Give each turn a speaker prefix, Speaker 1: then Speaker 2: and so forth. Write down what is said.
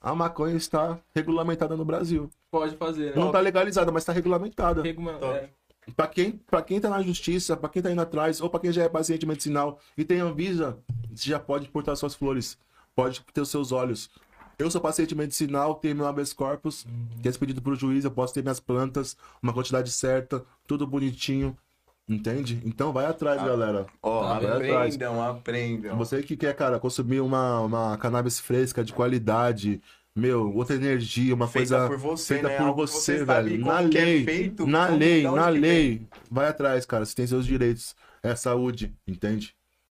Speaker 1: a maconha está regulamentada no Brasil.
Speaker 2: Pode fazer, né?
Speaker 1: Não tá legalizada, mas tá regulamentada.
Speaker 2: Pega uma-
Speaker 3: Tá.
Speaker 2: é.
Speaker 1: Pra quem, pra quem tá na justiça, pra quem tá indo atrás, ou pra quem já é paciente medicinal e tem Anvisa, você já pode cortar suas flores, pode ter os seus olhos. Eu sou paciente medicinal, tenho meu habeas corpus, que é expedido pro juiz, eu posso ter minhas plantas, uma quantidade certa, tudo bonitinho, entende? Então vai atrás,
Speaker 3: Ah,
Speaker 1: galera.
Speaker 3: Ó,
Speaker 2: Tá
Speaker 1: vendo?
Speaker 3: Então aprendam, aprendam.
Speaker 1: Você que quer, cara, consumir uma, uma cannabis fresca, de qualidade, meu, outra energia, é uma
Speaker 3: Feita
Speaker 1: coisa
Speaker 3: por você,
Speaker 1: feita
Speaker 3: né?
Speaker 1: por
Speaker 3: Algo que
Speaker 1: você,
Speaker 3: você sabe
Speaker 1: velho.
Speaker 3: como
Speaker 1: Na
Speaker 3: que é
Speaker 1: lei,
Speaker 3: feito,
Speaker 1: na
Speaker 3: como-
Speaker 1: lei,
Speaker 3: da onde
Speaker 1: na
Speaker 3: que
Speaker 1: lei. Vai atrás, cara. Você tem seus direitos. É saúde, entende?